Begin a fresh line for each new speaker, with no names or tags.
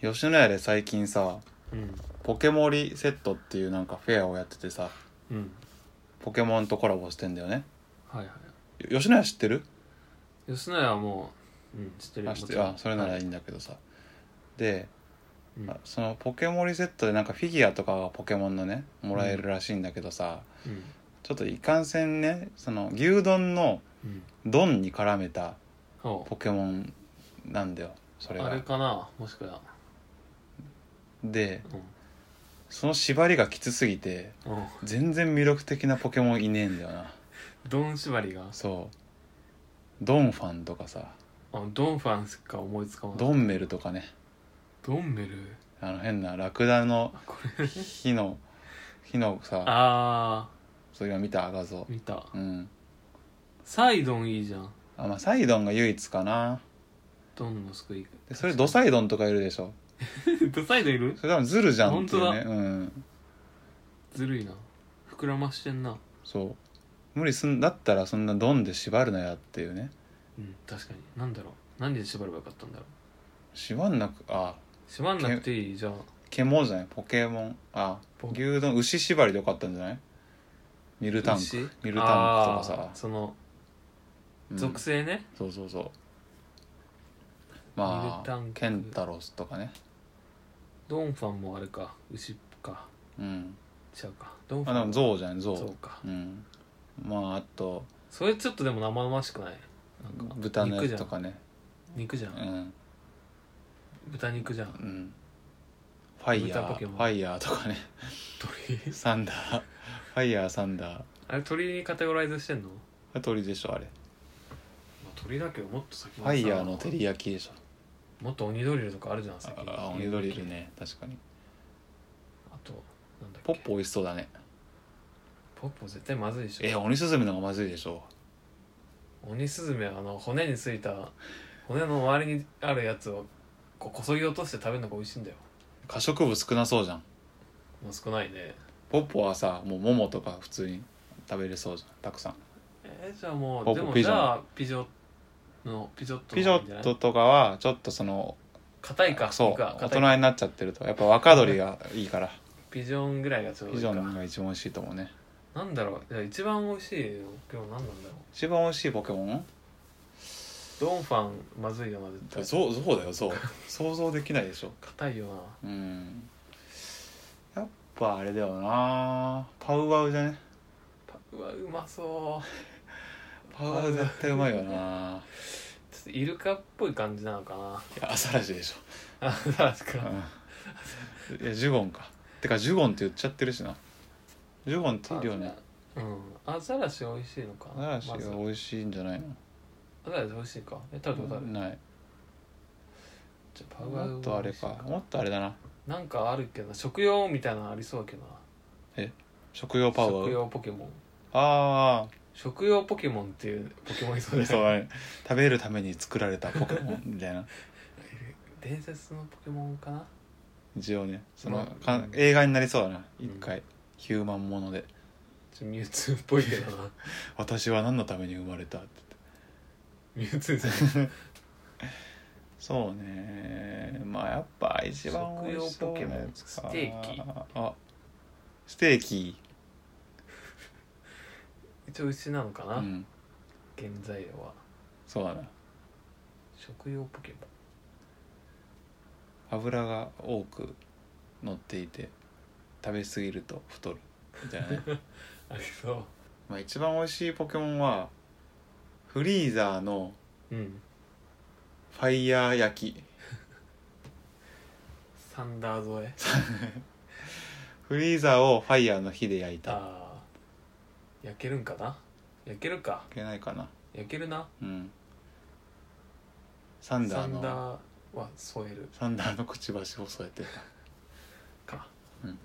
吉野家で最近さ
うん
ポケモリセットっていうなんかフェアをやっててさ
うん
ポケモンとコラボしてんだよね
はいは
よ吉野家知ってる
い吉野家はもううん知ってるよ
あ知って
もちろん
あそれならいいんだけどさ、で
うん
あそのポケモリセットでなんかフィギュアとかがポケモンのねもらえるらしいんだけどさ、
うん
ちょっといかんせんねその牛丼の
うん
丼に絡めた
ほう
ポケモンなんだよそれ
あれ
が
かなもしくは
で
う
その縛りがきつすぎて
んうん
全然魅力的なポケモンいねえんだよな
ドン縛りが
そうドンファンとかさ
あドンファンしか思いつかない
ドンメルとかね
ドンメル
あの変なラクダの
あこれ
火の火のさ
あ
そういうの見た画像
ー見た
うん
サイドンいいじゃん
あまあサイドンが唯一かな
ドンの救い
でそれ ドサイドンとかいるでしょ
ドサイドいる
それ多分ズルじゃんっていうね
本
うん
ずるいな膨らましてんな
そう無理すんだったらそんなドンで縛るなやっていうね
うん確かに何だろう何で縛ればよかったんだろう
縛んなくあ
縛んなくていいじゃあ
ケモじゃないポケモンあ
ポ
牛丼牛縛りでよかったんじゃないミルタンク
牛
ミルタンクとか
あー
さ、
その
うん
属性ね、
そうそうそう
ミ
ま
ルタ
あ
ンク
ケンタロスとかね
ドンファンもあれか牛か
うん
違うかドンフ
あ
ァ
で
ン
もゾウじゃないゾウ
そうか
うんまああと
それちょっとでも生々しくないなんか
豚のやつとかね
肉じゃん
う
肉じゃん
ん
豚肉じゃん
うんファイヤ
豚ポケ
ー
モ
フ
ン
ァイヤーと かね
鳥
サンダーファイヤーサンダー
あれ鳥にカテゴライズしてんの、ま
あ鳥でしょあれ
あ、鳥だけどもっと先
フ
に
ァイヤーの照
鳥
り焼きでしょ
もっと鬼ドリルとかあるじゃん先に
ああ鬼ドリルね確かに
あとなんだっけ
ポッポ美味しそうだね
ポッポ絶対まずいでしょ
え鬼スズメの方がまずいでしょ
鬼スズメはあの骨についた骨の周りにあるやつをこうこそぎ落として食べるのが美味しいんだよ
可食部少なそうじゃん
もう少ないね
ポッポはさもうモモとか普通に食べれそうじゃんたくさん
えーじゃあも
ポ
う
ッポ
でも
ピ
じ
ジョン
ゃあピジョットのピジョット
ピジョ
の方がいいんじゃ
ッ
ない
トとかはちょっとその
硬いか
そう
肉は
大
硬い
人になっちゃってるとやっぱ若鳥がいいから
ピジョンぐらいがちょう
ピ
どいい
ジョ
か
ンが一番美味しいと思うね
なんだろうじゃあ一番美味しいポケモン何なんだろう
一番美味しいポケモン
ドンファンまずいよな絶対
そうそうだよそう想像できないでしょ
硬いよな
うんやっぱあれだよなパウワウじゃね
パうわうまそう
パウワウ絶対うまいよな
ちょっとイルカっぽい感じなのかない
やアザラシでしょ
あ確か
うんいやジュゴンかてかジュゴンって言っちゃってるしなジュゴンっているよね
うんアザラシ美味しいのか
アザラシが
まず
美味しいんじゃないの、
アザラシ美味しいかえ食べたことある
ない
じゃあパウアウ
もっとあれかもっとあれだな
なんかあるけどな食用みたいなのありそうだけどな
食用パウワ
食
ウ
用ポケモン
あ
食用ポケモンっていうポケモンいそう
あ
で
そうだね食べるために作られたポケモンみ たいな
伝説のポケモンかな
一応ねその、
まあ
か映画になりそうだな一回、ヒューマンもので
ちょミュウツーっぽいけどな
「私は何のために生まれた」って言って
ミュウツーじゃん
そうねまあやっぱ一番美味しそうなやつか
食用ポケモンステー
あステーキ
一応牛なのかな、
うん
原材料は
そうだな
食用ポケモン
油が多く乗っていて食べ過ぎると太るみたいな ね
ありそ
まあ一番美味しいポケモンはフリーザーの
ううん
ファイヤー焼き
サンダー添え
フリーザーをファイヤーの火で焼いたい
あー焼けるんかな焼けるか
けないかな
焼けるな
うんサンダ
サ
ー
ン
の
ダーは添える
サンダーのくちばしを添えて
か、
うん